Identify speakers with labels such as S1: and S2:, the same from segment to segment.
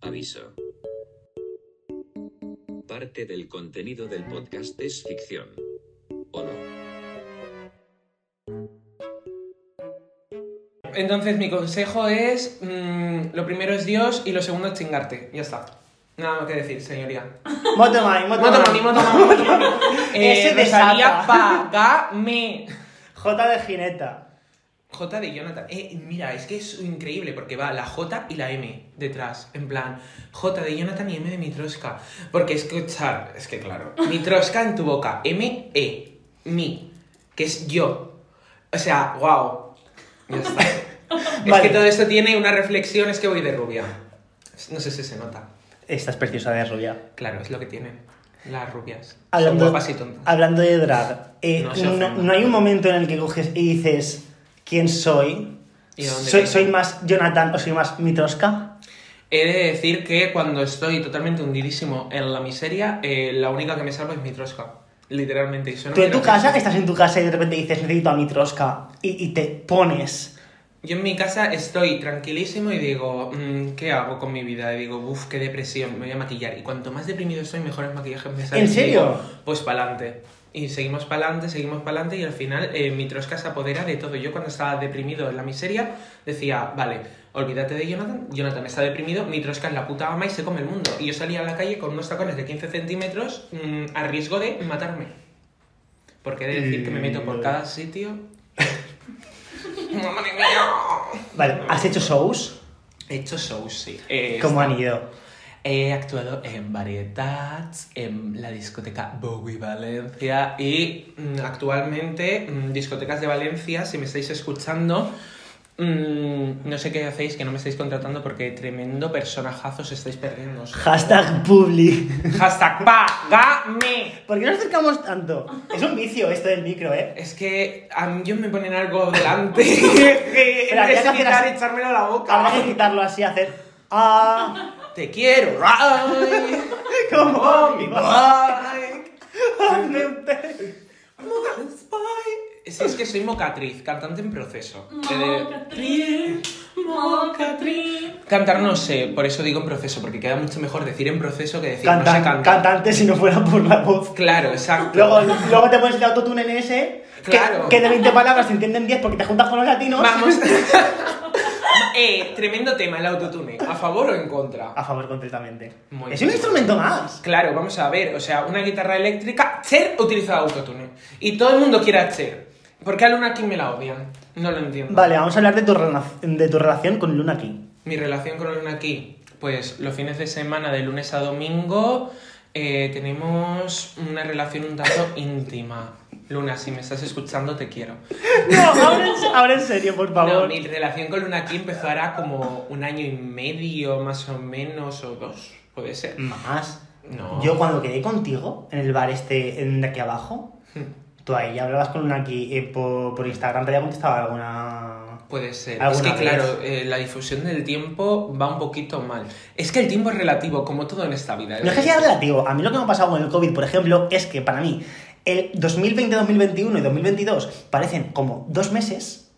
S1: Aviso. Parte del contenido del podcast es ficción. ¿O no?
S2: Entonces mi consejo es, mm, lo primero es Dios y lo segundo es chingarte. Ya está. Nada más que decir, señoría.
S3: Motomami,
S2: Moto mami, moto mami, moto mami. Eh,
S3: Ese
S2: Rosalía,
S3: desata.
S2: pagame.
S3: J de jineta.
S2: J de Jonathan. Eh, mira, es que es increíble porque va la J y la M detrás. En plan, J de Jonathan y M de Mitroska. Porque escuchar, es que claro, Mitroska en tu boca. M, E, mi, que es yo. O sea, wow. Ya está. Es
S3: Vale.
S2: que todo esto tiene una reflexión, es que voy de rubia. No sé si se nota.
S3: Estás preciosa de rubia.
S2: Claro, es lo que tienen las rubias. Son
S3: Hablando,
S2: guapas y tontas.
S3: hablando de drag, eh,
S2: No se
S3: no,
S2: ofenda.
S3: no hay un momento en el que coges y dices quién soy?
S2: ¿Y de dónde
S3: ¿Soy,
S2: vengo?
S3: soy más Jonathan o soy más Mitroska?
S2: He de decir que cuando estoy totalmente hundidísimo en la miseria, eh, la única que me salva es mi trosca. Literalmente. y eso no
S3: Tú en
S2: quiero
S3: tu
S2: que-
S3: casa estás en tu casa y de repente dices necesito a Mitroska y, y te pones.
S2: Yo en mi casa estoy tranquilísimo y digo, mm, ¿qué hago con mi vida? Y digo, uff, qué depresión, me voy a maquillar. Y cuanto más deprimido estoy, mejores maquillajes me salen.
S3: ¿En
S2: Y
S3: serio?
S2: digo, pues pa'lante. Y seguimos pa'lante, seguimos pa'lante y al final eh, mi trosca se apodera de todo. Yo cuando estaba deprimido en la miseria decía, vale, olvídate de Jonathan, Jonathan está deprimido, mi trosca es la puta ama y se come el mundo. Y yo salía a la calle con unos tacones de 15 centímetros mm, a riesgo de matarme. Porque he de decir que me meto por
S3: Mm.
S2: cada sitio... ¡Madre mía!
S3: Vale, ¿has hecho shows?
S2: He hecho shows, sí. Eh,
S3: ¿Cómo
S2: está-
S3: han ido?
S2: He actuado en Varietats, en la discoteca Bowie Valencia y mm, actualmente mm, discotecas de Valencia, si me estáis escuchando, mm, no sé qué hacéis, que no me estáis contratando porque tremendo personajazo os estáis perdiendo.
S3: Hashtag publi.
S2: Hashtag pagame.
S3: ¿Por qué nos acercamos tanto? Es un vicio esto del micro, ¿eh?
S2: Es que a mí yo me ponen algo delante. que
S3: Pero había
S2: es
S3: que hacer
S2: quitar
S3: así.
S2: echármelo a la boca.
S3: Habrá que quitarlo así, hacer. ¡Ah!
S2: Te quiero. Ay,
S3: ¿Cómo?
S2: oh, mi bike. Sí, es que soy mocatriz, cantante en proceso.
S4: Mocatriz,
S3: Oh,
S4: mocatriz.
S2: Cantar no sé, por eso digo en proceso, porque queda mucho mejor decir en proceso que decir
S3: Canta-
S2: no sé cantar.
S3: cantante si no fuera por la voz.
S2: Claro, exacto.
S3: Luego, luego te pones el autotune en ese. que-
S2: Claro.
S3: Que, de 20 palabras te entienden 10 porque te juntas con los latinos.
S2: Vamos. eh, tremendo tema el autotune. ¿A favor o en contra?
S3: A favor, completamente.
S2: Muy
S3: es
S2: bien.
S3: un instrumento más.
S2: Claro, vamos a ver, o sea, una guitarra eléctrica, Cher utiliza autotune. Y todo el mundo quiere a Cher. ¿Por qué a Luna King me la odian? No lo entiendo.
S3: Vale, vamos a hablar de tu, rela- de tu relación con Luna King.
S2: Mi relación con Luna Key, pues los fines de semana de lunes a domingo eh, tenemos una relación un tanto íntima. Luna, si me estás escuchando, te quiero.
S3: No, ahora en, se- ahora en serio, por
S2: No,
S3: favor.
S2: mi relación con Luna Key empezó ahora como un año y medio, más o menos, o dos, puede ser.
S3: Más.
S2: No.
S3: Yo cuando quedé contigo en el bar este en- de aquí abajo,
S2: Hmm.
S3: tú ahí hablabas con Luna King eh, por, por Instagram, te había contestado alguna.
S2: Puede ser. Es que,
S3: Alguna vez.
S2: claro, eh, la difusión del tiempo va un poquito mal. Es que el tiempo es relativo, como todo en esta vida.
S3: No es que sea relativo. A mí lo que me ha pasado con el COVID, por ejemplo, es que para mí el 2020, 2021 y 2022 parecen como dos meses.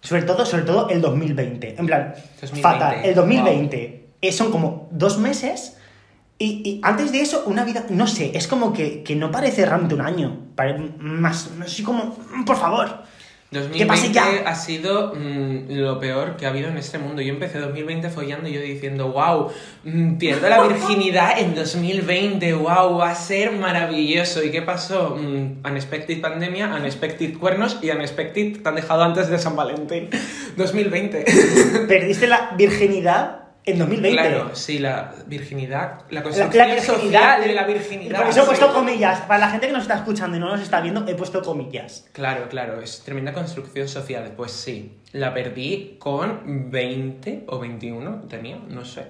S3: Sobre todo, sobre todo el 2020. En plan,
S2: 2020,
S3: fatal. El
S2: wow.
S3: 2020 eh, son como dos meses. Y, y antes de eso, una vida, no sé, es como que, que no parece realmente un año. Pare- más, no sé, como, mm, por favor.
S2: 2020
S3: Que pase ya.
S2: ha sido mm, lo peor que ha habido en este mundo. Yo empecé 2020 follando y yo diciendo, wow, pierdo la virginidad en 2020, wow, va a ser maravilloso. ¿Y qué pasó? Mm, unexpected pandemia, unexpected cuernos y unexpected te han dejado antes de San Valentín. 2020.
S3: Perdiste la virginidad en 2020.
S2: Claro, sí, la virginidad, la
S3: La,
S2: construcción
S3: la virginidad.
S2: social de la virginidad.
S3: Por eso he
S2: sí.
S3: puesto comillas. Para la gente que nos está escuchando y no nos está viendo, he puesto comillas.
S2: Claro, claro, es tremenda construcción social. Pues sí, la perdí con 20 o 21, tenía, no sé.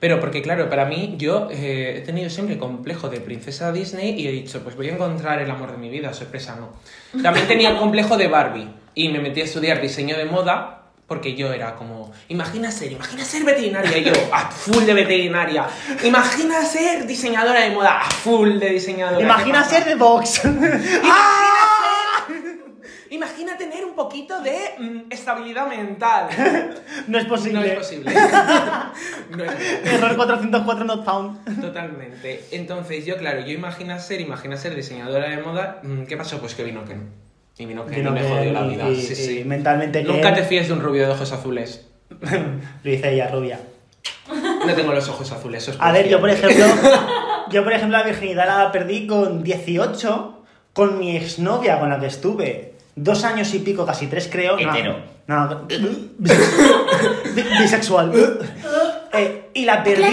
S2: Pero porque, claro, para mí, yo eh, he tenido siempre complejo de princesa Disney y he dicho, pues voy a encontrar el amor de mi vida, sorpresa no. También tenía el complejo de Barbie y me metí a estudiar diseño de moda porque yo era como, imagina ser, imagina ser veterinaria, y yo, a full de veterinaria. Imagina ser diseñadora de moda, a full de diseñadora. ¿qué
S3: Imagina
S2: pasa?
S3: ser de Vox.
S2: ¡Ah! Imagina ser- Imagina tener un poquito de mm, estabilidad mental.
S3: No es posible.
S2: No es posible. No es posible.
S3: Error 404 not found.
S2: Totalmente. Entonces, yo, claro, yo imagina ser, imagina ser diseñadora de moda. mm, ¿Qué pasó? Pues que vino Ken. Y vino Ken y me jodió la vida.
S3: Y-
S2: sí,
S3: y-
S2: sí.
S3: y Mentalmente que
S2: Nunca te fíes de un rubio de ojos azules.
S3: Lo dice ella, rubia.
S2: No tengo los ojos azules, eso es
S3: A ver, yo por
S2: cierto.
S3: ejemplo, yo por ejemplo la virginidad la perdí con 18, con mi exnovia con la que estuve. Dos años y pico, casi tres creo. No,
S5: Hetero.
S3: No, bis- bisexual. Eh, y la perdí,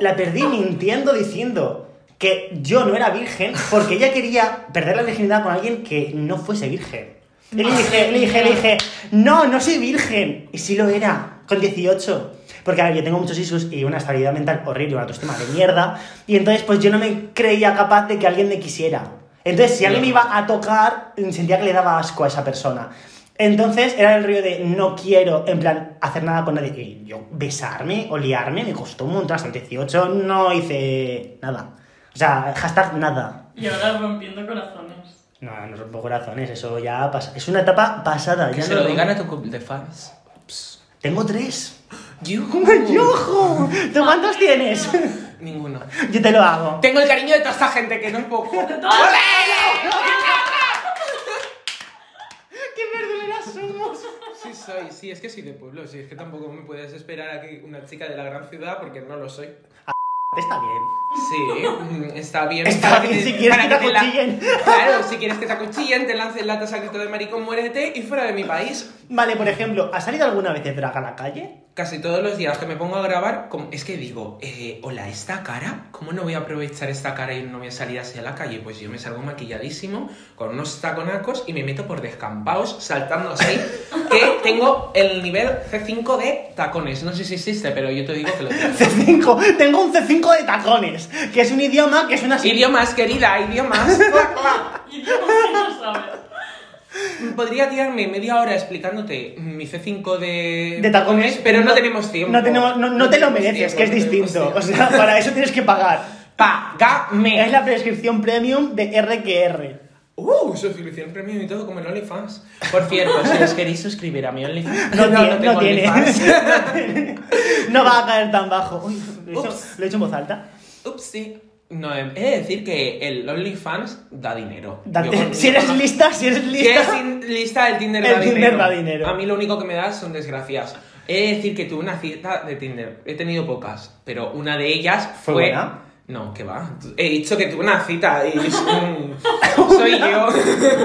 S3: la perdí mintiendo diciendo que yo no era virgen porque ella quería perder la virginidad con alguien que no fuese virgen. Y le dije, le dije, le dije, no, no soy virgen. Y sí lo era, con 18. Porque, a ver, yo tengo muchos issues y una estabilidad mental horrible, una autoestima de mierda. Y entonces, pues yo no me creía capaz de que alguien me quisiera. Entonces, si alguien me iba a tocar, sentía que le daba asco a esa persona. Entonces, era el río de no quiero, en plan, hacer nada con nadie. Y yo, besarme o liarme, me costó un montón. Hasta el 18 no hice nada. O sea, hashtag nada.
S4: Y ahora rompiendo corazones.
S3: No, no rompo corazones, eso ya pasa. Es una etapa pasada.
S2: Que
S3: ya
S2: se
S3: no
S2: lo
S3: lo-
S2: digan a tu club de fans.
S3: Tengo tres.
S2: Yo.
S3: ¡Yojo! ¿Tú cuántos tienes?
S2: Ninguno.
S3: Yo te lo hago.
S2: Tengo el cariño de toda esta gente que no es poco.
S3: ¡Qué verduleras somos!
S2: Sí soy, sí, es que soy de pueblo, sí, es que tampoco me puedes esperar a que una chica de la gran ciudad porque no lo soy.
S3: Está bien.
S2: Sí, mm, está bien.
S3: Está
S2: para que
S3: bien
S2: te-
S3: si quieres
S2: para
S3: que te
S2: la-
S3: acuchillen.
S2: Claro, si quieres que te acuchillen, te lancen latas al grito de maricón, muérete y fuera de mi país.
S3: Vale, por ejemplo, ¿has salido alguna vez de drag a la calle?
S2: Casi todos los días que me pongo a grabar, como- es que digo, eh, hola, ¿esta cara? ¿Cómo no voy a aprovechar esta cara y no voy a salir así a la calle? Pues yo me salgo maquilladísimo, con unos taconacos y me meto por descampados, saltando así, que tengo el nivel C5 de tacones. No sé si existe, pero yo te digo que lo tengo.
S3: C5. Tengo un C5 de tacones, que es un idioma que es una...
S2: Idiomas, querida, idiomas.
S4: Y Dios, ¿qué no sabes?
S2: Podría tirarme media hora explicándote mi C5 de,
S3: De tacones,
S2: pero no,
S3: no-
S2: tenemos tiempo.
S3: No, tenemos, no, no te lo
S2: tenemos
S3: mereces,
S2: tiempo,
S3: que es
S2: no tenemos
S3: distinto.
S2: tiempo. Eh.
S3: O sea, para eso tienes que pagar.
S2: Págame.
S3: Es la prescripción premium de RQR.
S2: Uh, suscripción premium y todo como en OnlyFans. Por cierto, si os queréis suscribir a mi OnlyFans,
S3: No, tiene- no tiene.
S2: OnlyFans.
S3: No va a caer tan bajo. Uy, lo, he hecho,
S2: Ups.
S3: lo he hecho en voz alta.
S2: Ups, sí. No, em, he de decir que el OnlyFans da dinero.
S3: Dante,
S2: Yo con-
S3: si eres lista, si eres
S2: Si eres
S3: lista.
S2: in- lista, el Tinder,
S3: El
S2: da,
S3: Tinder
S2: dinero.
S3: da dinero.
S2: A mí lo único que me da son desgracias. He de decir que tuve una cita de Tinder. He tenido pocas, pero una de ellas
S3: ¿Fue
S2: fue...
S3: buena?
S2: No, que va. He dicho que tuve una cita y... mm, soy yo.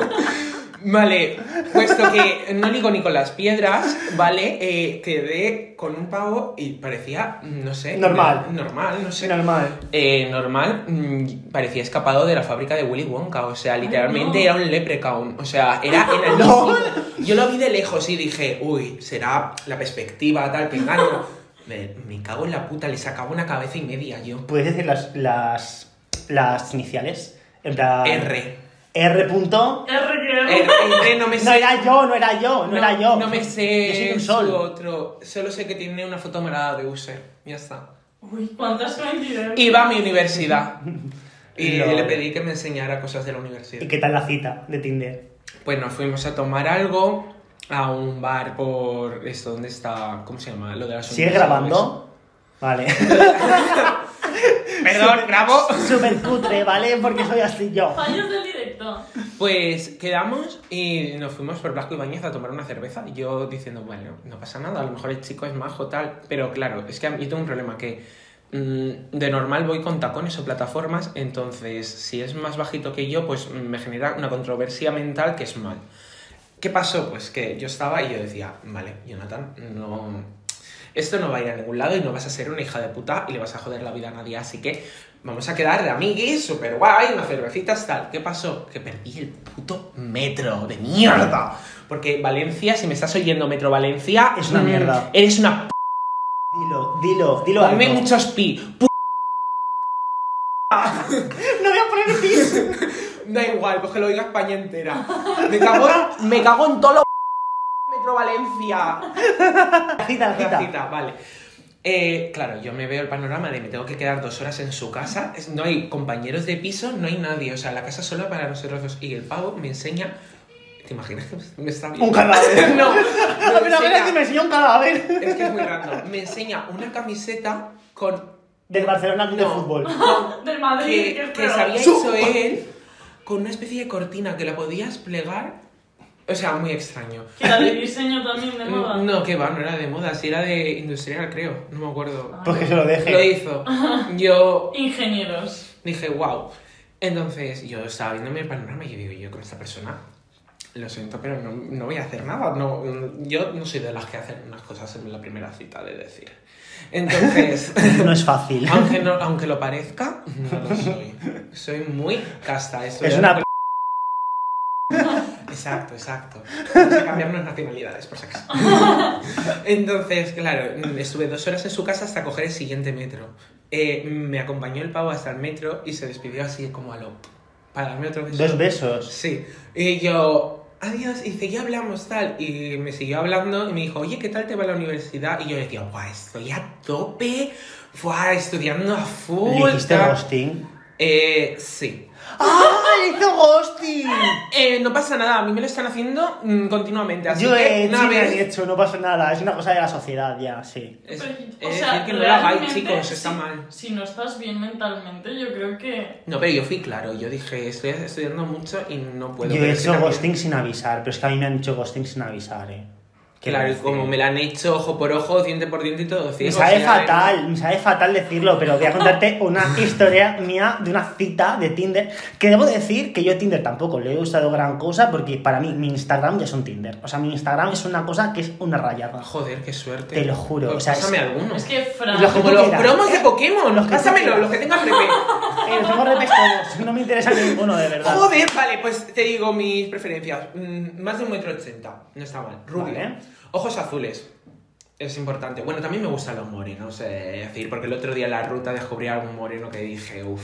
S2: Vale, puesto que no ligo ni con las piedras, ¿vale? Eh, quedé con un pavo y parecía, no sé...
S3: Normal.
S2: Normal, no sé.
S3: normal.
S2: Eh, normal, mm, parecía escapado de la fábrica de Willy Wonka, o sea, literalmente
S4: no.
S2: era un leprechaun, o sea, era enanísimo. Yo lo vi de lejos y dije, uy, será la perspectiva, tal, que engaño. Me, me cago en la puta, le sacaba una cabeza y media yo.
S3: ¿Puedes decir las, las, las iniciales? En plan.
S2: R.
S3: R. Punto.
S2: R,
S4: R,
S2: R, no me sé.
S3: No era yo, no era yo, no, era yo.
S2: No me sé.
S3: Yo soy un
S2: su
S3: sol.
S2: otro. Solo sé que tiene una foto morada de user. Ya está.
S4: Uy, cuántas coincidencias.
S2: Iba a mi universidad. Y
S3: Lol.
S2: le pedí que me enseñara cosas de la universidad.
S3: ¿Y qué tal la cita de Tinder?
S2: Pues nos fuimos a tomar algo a un bar por esto, ¿dónde está? ¿Cómo se llama? Lo de las
S3: ¿Sigues
S2: universidades.
S3: grabando? Vale.
S2: Perdón, grabo.
S3: Súper cutre, ¿vale? Porque soy así yo.
S4: Fallos del directo.
S2: Pues quedamos y nos fuimos por Blasco Ibáñez a tomar una cerveza. Y Yo diciendo, bueno, no pasa nada, a lo mejor el chico es majo, tal. Pero claro, es que a mí tengo un problema que mm, de normal voy con tacones o plataformas, entonces si es más bajito que yo, pues mm, me genera una controversia mental que es mal. ¿Qué pasó? Pues que yo estaba y yo decía, vale, Jonathan, no... Esto no va a ir a ningún lado y no vas a ser una hija de puta y le vas a joder la vida a nadie, así que vamos a quedar de amiguis, súper guay, unas cervecitas, tal. ¿Qué pasó? Que perdí el puto metro de mierda. Porque Valencia, si me estás oyendo, Metro Valencia...
S3: Es una
S2: mm,
S3: mierda.
S2: Eres una p...
S3: Dilo, dilo, dilo
S2: Ponme
S3: alto.
S2: muchos pi.
S3: No voy a poner pis.
S2: Da igual, pues que lo diga España entera. Me cago, en- me cago en todo lo... Metro Valencia.
S3: La cita, la
S2: La
S3: cita.
S2: cita, vale. Eh, claro, yo me veo el panorama de me tengo que quedar dos horas en su casa, es- no hay compañeros de piso, no hay nadie, o sea, la casa sola para nosotros dos. Y el pavo me enseña ¿Te imaginas que me está
S3: Un cadáver.
S2: No,
S3: Pero
S2: me
S3: mira, que me
S2: enseña-
S3: enseñó un cadáver.
S2: es que es muy random. Me enseña una camiseta con
S3: Del Barcelona Club de
S2: No.
S3: Fútbol.
S4: Del Madrid, que,
S2: que,
S4: es
S2: que
S4: peor.
S2: se había hecho
S3: Su-
S2: él con una especie de cortina que la podías plegar. O sea, muy extraño. Mm,
S4: Que era de diseño también de moda.
S2: No, que va, no era de moda, sí era de industrial, creo. No me acuerdo.
S3: Pues que se lo
S2: Lo
S3: deje.
S2: hizo. Yo
S4: Ingenieros.
S2: dije, wow. Entonces yo estaba viéndome el panorama y yo digo, yo con esta persona, lo siento, pero no, no voy a hacer nada. No, mm, yo no soy de las que hacen unas cosas en la primera cita, de decir. Entonces,
S3: No es fácil.
S2: aunque, no, aunque lo parezca, no lo soy. Soy muy casta. estoy
S3: Es
S2: de-
S3: una p-
S2: Exacto, exacto. Vamos a cambiarnos nacionalidades, por si acaso. Entonces, claro, estuve dos horas en su casa hasta coger el siguiente metro. Eh, me acompañó el pavo hasta el metro y se despidió así como a lo... Para darme otro beso.
S3: Dos besos.
S2: Sí. Y yo, adiós, y dice, ya hablamos, tal. Y me siguió hablando y me dijo, oye, ¿qué tal te va la universidad? Y yo decía, buah, estoy a tope, buah, estudiando a full.
S3: ¿Le hiciste
S2: tal".
S3: ghosting?
S2: Eh, sí.
S3: ¡Ah! ¡Le hizo ghosting!
S2: Eh, no pasa nada, a mí me lo están haciendo mm, continuamente, así
S3: Yo
S2: que
S3: he hecho,
S2: una
S3: y me han
S2: vez...
S3: hecho, no pasa nada. Es una cosa de la sociedad ya, sí.
S2: Es,
S4: Pero,
S2: es
S4: o sea,
S2: decir, que no lo hagáis,
S4: realmente,
S2: chicos, está
S4: si-
S2: mal.
S4: Si no estás bien mentalmente, yo creo que.
S2: No, pero yo fui claro, yo dije, estoy estudiando mucho y no puedo...
S3: Yo
S2: pero
S3: he
S2: es que
S3: hecho
S2: también-
S3: ghosting sin avisar, pero es que a mí me han hecho ghosting sin avisar, eh. Qué
S2: Claro, y
S3: lance.
S2: como me la han hecho ojo por ojo, diente por diente y todo. "Oh,
S3: Me
S2: ciego,
S3: sabe
S2: o sea,
S3: fatal, me sabe fatal decirlo, pero voy a contarte una historia mía de una cita de Tinder. Que debo decir que yo Tinder tampoco le he usado gran cosa porque para mí mi Instagram ya es un Tinder. O sea, mi Instagram es una cosa que es una rayada.
S2: Joder, qué suerte.
S3: Te lo juro,
S2: Pues
S3: o sea,
S2: pásame
S3: es-
S2: alguno.
S4: Es que Fran.
S3: Lo que
S2: Como
S3: tú
S2: los
S3: quieras. ¿eh?
S2: cromos de Pokémon.
S3: Los que tú
S2: Pásamelo,
S3: quieras.
S2: los que tengas prepe.
S3: Eh, los tengo repes todos, no me interesa ninguno, de verdad.
S2: Joder, vale, pues te digo mis preferencias. Mm, Más de un metro ochenta. No está mal. Rubio.
S3: Vale.
S2: Ojos azules. Es importante. Bueno, también me gustan los morenos, eh, es decir, porque el otro día en la ruta descubrí algún moreno que dije, uff.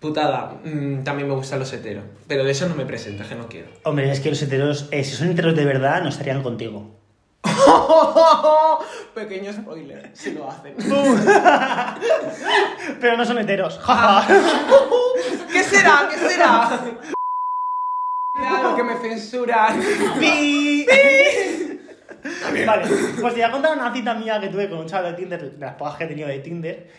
S2: Putada, Mm, también me gustan los heteros. Pero de eso no me presento, es que no quiero.
S3: Hombre, es que los heteros, eh, si son heteros de verdad, no estarían contigo.
S2: Pequeño spoiler, si lo hacen.
S3: Pero no son heteros,
S2: Ah.
S3: jaja.
S2: ¿Qué será? ¿Qué será? Claro, que me censuran.
S3: Pi. Vale, pues te voy a contar una cita mía que tuve con un chaval de Tinder, de las pocas que he tenido de Tinder,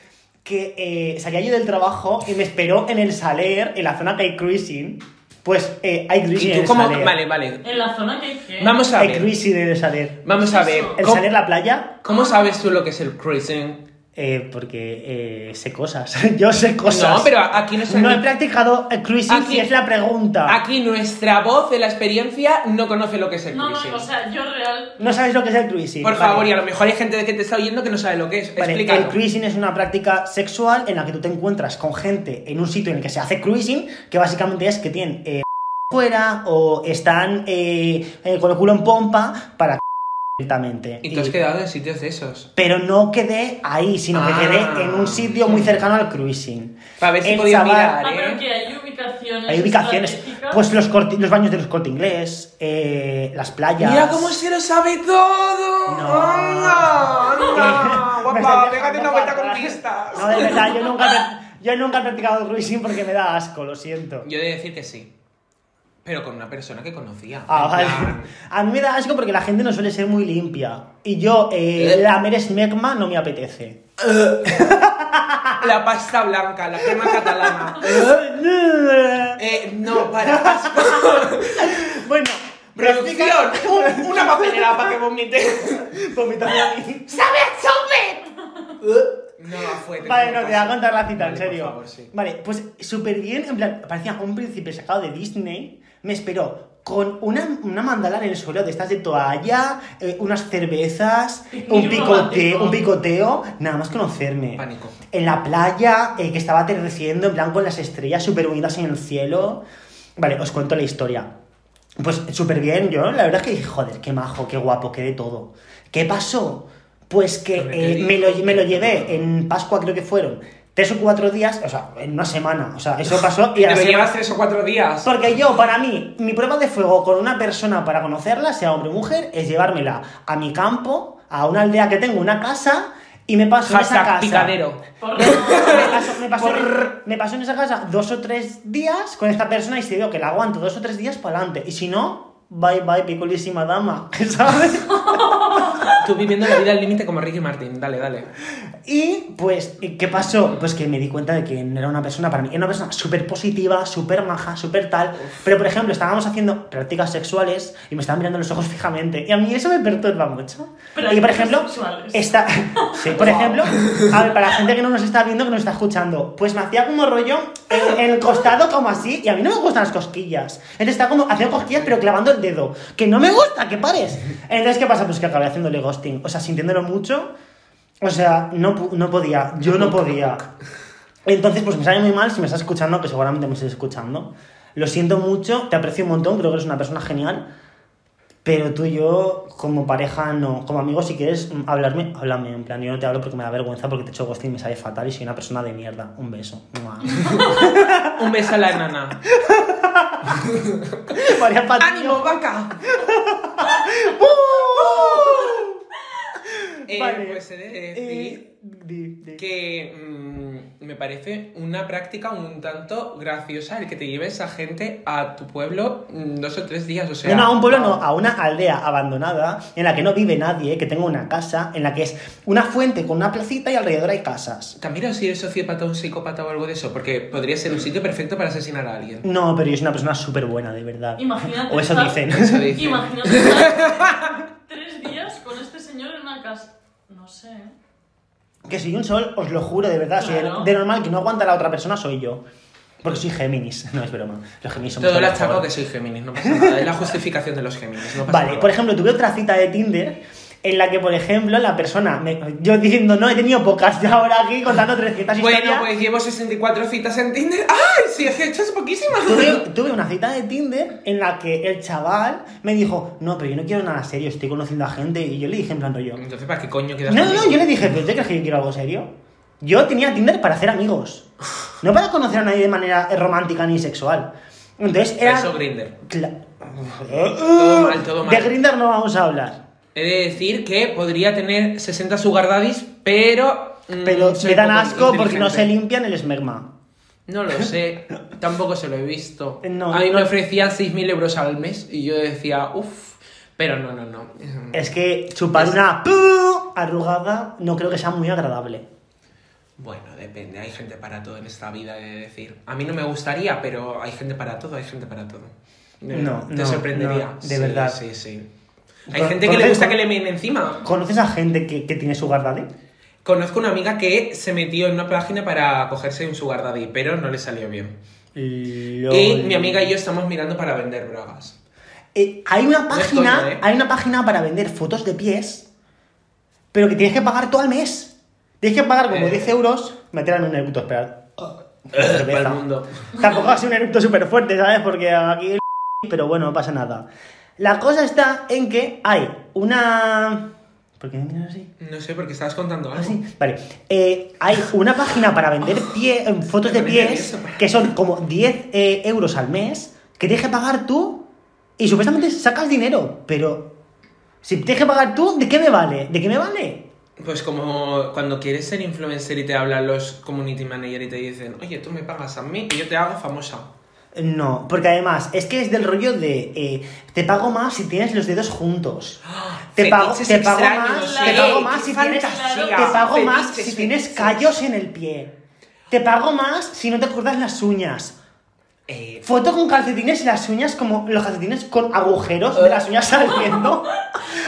S3: que eh, salía yo del trabajo y me esperó en el Saler, en la zona que hay cruising. Pues eh, hay cruising en
S2: ¿Y tú
S3: el
S2: cómo?
S3: Saler.
S2: Vale, vale.
S4: En la zona que hay que.
S2: Vamos a
S3: Hay
S2: ver.
S3: cruising en el Saler.
S2: Vamos a ver.
S3: ¿El
S2: ¿Cómo,
S3: Saler, la playa?
S2: cómo sabes tú lo que es el cruising?
S3: Eh, porque eh, sé cosas. yo sé cosas.
S2: No, pero Ah, aquí no se
S3: No he practicado el cruising
S2: Aquí-
S3: si es la pregunta.
S2: Aquí nuestra voz de la experiencia no conoce lo que es el
S4: No,
S2: cruising.
S4: no, o sea, yo real.
S3: No sabéis lo que es el cruising.
S2: Por
S3: vale.
S2: favor, y a lo mejor hay gente que te está oyendo que no sabe lo que es.
S3: Vale,
S2: Explícalo.
S3: el cruising es una práctica sexual en la que tú te encuentras con gente en un sitio en el que se hace cruising, que básicamente es que tienen eh, fuera o están eh, eh, con el culo en pompa para directamente.
S2: Y te has
S3: Y-
S2: quedado en sitios de esos.
S3: Pero no quedé ahí, sino
S2: Ah.
S3: que quedé en un sitio muy cercano al cruising.
S2: Para ver si
S3: El
S2: podía
S3: chaval-
S4: Ah,
S2: mirar,
S4: pero
S2: ¿eh?
S4: que hay ubicaciones.
S3: Hay ubicaciones,
S4: estratégicas.
S3: pues los, corti- los baños de los corte inglés, eh, las playas.
S2: Mira cómo se lo sabe todo.
S3: No.
S2: Anda, anda.
S3: Me están
S2: Guapa,
S3: dejando
S2: pégate una vuelta
S3: fatal.
S2: con pistas.
S3: No, de verdad, yo nunca, yo nunca he practicado el cruising porque me da asco, lo siento.
S2: Yo he de decir que sí. Pero con una persona que conocía.
S3: Ah,
S2: En
S3: vale.
S2: plan,
S3: A mí me da asco porque la gente no suele ser muy limpia. Y yo, eh,
S2: ¿Eh?
S3: lamer esmegma no me apetece.
S2: La pasta blanca, la crema catalana. Eh, no, para. asco.
S3: bueno,
S2: Producción, un- una papelera para que vomite.
S3: vomitarme a mí.
S2: ¡Sabe a chope! No, fue.
S3: Vale, no, te voy a contar la
S2: Vale,
S3: cita,
S2: por
S3: en serio.
S2: favor, sí.
S3: Vale, pues súper bien, en plan, parecía un príncipe sacado de Disney. Me esperó con una, una mandala en el suelo de estas de toalla, eh, unas cervezas,
S4: Picnic
S3: un picoteo,
S4: romántico.
S3: un picoteo, nada más conocerme.
S2: Pánico.
S3: En la playa, eh, que estaba atardeciendo en blanco con las estrellas súper unidas en el cielo. Vale, os cuento la historia. Pues súper bien, yo la verdad es que dije, joder, qué majo, qué guapo, qué de todo. ¿Qué pasó? Pues que
S2: Lo que te
S3: eh,
S2: digo.
S3: me, lo, me lo llevé en Pascua, creo que fueron, tres o cuatro días, o sea, en una semana, o sea, eso pasó y
S2: Te
S3: a la
S2: lo
S3: semana-
S2: llevas tres o cuatro días.
S3: Porque yo, para mí, mi prueba de fuego con una persona para conocerla, sea hombre o mujer, es llevármela a mi campo, a una aldea que tengo, una casa, y me paso en esa
S2: Hashtag
S3: casa.
S2: picadero.
S4: Por-
S3: Me paso, me paso- me paso en esa casa dos o tres días con esta persona y si veo que la aguanto dos o tres días para adelante. Y si no, Bye bye, picolísima dama, ¿sabes?
S2: Tú viviendo la vida al límite como Ricky Martin, dale, dale.
S3: Y pues, ¿qué pasó? Pues que me di cuenta de que no era una persona para mí. Era una persona súper positiva, súper maja, súper tal. Pero, por ejemplo, estábamos haciendo prácticas sexuales y me estaban mirando los ojos fijamente. Y a mí eso me perturba mucho. y, por
S4: Prácticas
S3: ejemplo,
S4: sexuales.
S3: está... sí, por ejemplo, a ver, para la gente que no nos está viendo, que nos está escuchando, pues me hacía como rollo en, en el costado, como así. Y a mí no me gustan las cosquillas. Entonces estaba como haciendo cosquillas, pero clavando el dedo. Que no me gusta, que pares. Entonces, ¿qué pasa? Pues que acabé haciéndole ghosting. O sea, sintiéndolo mucho. O sea, no, pu- no podía, yo no podía. Entonces, pues me sale muy mal si me estás escuchando, que seguramente me estás escuchando. Lo siento mucho, te aprecio un montón, creo que eres una persona genial. Pero tú y yo, como pareja, no. Como amigo, si quieres mm, hablarme, háblame. En plan, yo no te hablo porque me da vergüenza, porque te he hecho ghosting y me sale fatal y soy una persona de mierda. Un beso. Mua.
S2: Un beso a la enana.
S3: María Patiño.
S2: ¡Ánimo, vaca! Eh,
S3: Vale.
S2: Pues he de decir
S3: Eh, di- di.
S2: que mm, me parece una práctica un tanto graciosa el que te lleves a gente a tu pueblo mm, dos o tres días, o sea...
S3: No, no, a un pueblo no,
S2: Ah.
S3: a una aldea abandonada en la que no vive nadie, que tenga una casa, en la que es una fuente con una placita y alrededor hay casas.
S2: También si eres sociópata o un psicópata o algo de eso, porque podría ser un sitio perfecto para asesinar a alguien.
S3: No, pero yo soy una persona súper buena, de verdad.
S4: Imagínate
S3: O eso
S4: estar-
S3: dicen.
S2: Eso dice.
S4: Imagínate estar tres días con este señor en una casa. No sé. ¿eh?
S3: Que soy un sol, os lo juro, de verdad. soy
S4: Claro.
S3: de normal que no aguanta la otra persona soy yo. Porque soy Géminis. No, es broma. Los Géminis somos
S2: Todo
S3: lo
S2: la chapa
S3: mejor.
S2: que soy Géminis, no pasa nada. Es la justificación de los Géminis, no pasa
S3: Vale,
S2: nada.
S3: por ejemplo, tuve otra cita de Tinder en la que, por ejemplo, la persona... me- yo diciendo, no, he tenido pocas ya ahora aquí contando 300
S2: Bueno,
S3: historias.
S2: pues llevo 64 citas en Tinder. ¡Ay! Sí, es que he hecho es poquísimas.
S3: Tuve, tuve una cita de Tinder en la que el chaval me dijo, no, pero yo no quiero nada serio, estoy conociendo a gente. Y yo le dije, en plan, rollo,
S2: Entonces, ¿para qué coño quedas
S3: No, no,
S2: conmigo?
S3: yo le dije, pero ¿tú crees que yo quiero algo serio? Yo tenía Tinder para hacer amigos. No para conocer a nadie de manera romántica ni sexual. Entonces era...
S2: Eso, Grinder.
S3: Cla-
S2: Todo mal, todo mal.
S3: De Grindr no vamos a hablar.
S2: He de decir que podría tener 60 sugar daddies, pero... mm,
S3: Pero
S2: soy
S3: me dan
S2: poco
S3: asco porque no se
S2: inteligente.
S3: limpian el esmerma.
S2: No lo sé, tampoco se lo he visto.
S3: No,
S2: a mí
S3: no.
S2: me ofrecían 6.000 euros al mes y yo decía, uff, pero no, no, no.
S3: Es que chupar
S2: Pues
S3: una pu- arrugada no creo que sea muy agradable.
S2: Bueno, depende, hay gente para todo en esta vida, he de decir. A mí no me gustaría, pero hay gente para todo, hay gente para todo. De
S3: No,
S2: verdad, Te
S3: no,
S2: sorprendería.
S3: no, de
S2: Sí,
S3: verdad.
S2: Sí, sí. Hay
S3: Con-
S2: gente que
S3: con-
S2: le gusta
S3: con-
S2: que le meen encima.
S3: ¿Conoces a gente que, que tiene sugar daddy?
S2: Conozco una amiga que se metió en una página para cogerse un sugar daddy, pero no le salió bien. Y
S3: Lol.
S2: mi amiga y yo estamos mirando para vender bragas.
S3: Eh, hay una
S2: No es
S3: página,
S2: coña, ¿eh?
S3: hay una página para vender fotos de pies, pero que tienes que pagar todo al mes. Tienes que pagar como
S2: Eh.
S3: 10 euros, meter en un eructo, esperar.
S2: Para el mundo.
S3: Tampoco va a ser un eructo súper fuerte, ¿sabes? Porque aquí el pero bueno, no pasa nada. La cosa está en que hay una... ¿Por qué me miras así?
S2: No sé, porque estabas contando algo.
S3: Ah, sí. Vale. Eh, hay una página para vender pie- eh, fotos
S2: Ah, Me pues.
S3: de
S2: ponía
S3: pies
S2: nervioso.
S3: que son como 10 eh, euros al mes que tienes que pagar tú y supuestamente sacas dinero, pero si tienes que pagar tú, ¿de qué me vale? ¿De qué me vale?
S2: Pues como cuando quieres ser influencer y te hablan los community manager y te dicen, oye, tú me pagas a mí y yo te hago famosa.
S3: No, porque además es que es del rollo de eh, te pago más si tienes los dedos juntos. Te pago,
S2: Fetiches
S3: te pago
S2: extraños,
S3: más,
S4: sí,
S3: te pago
S4: qué
S3: más si tienes,
S2: fantasía,
S3: te pago más
S2: fetiches,
S3: si tienes
S2: fetiches.
S3: callos en el pie. Te pago más si no te cortas las uñas.
S2: Eh,
S3: Foto con calcetines y las uñas como los calcetines con agujeros de las uñas saliendo.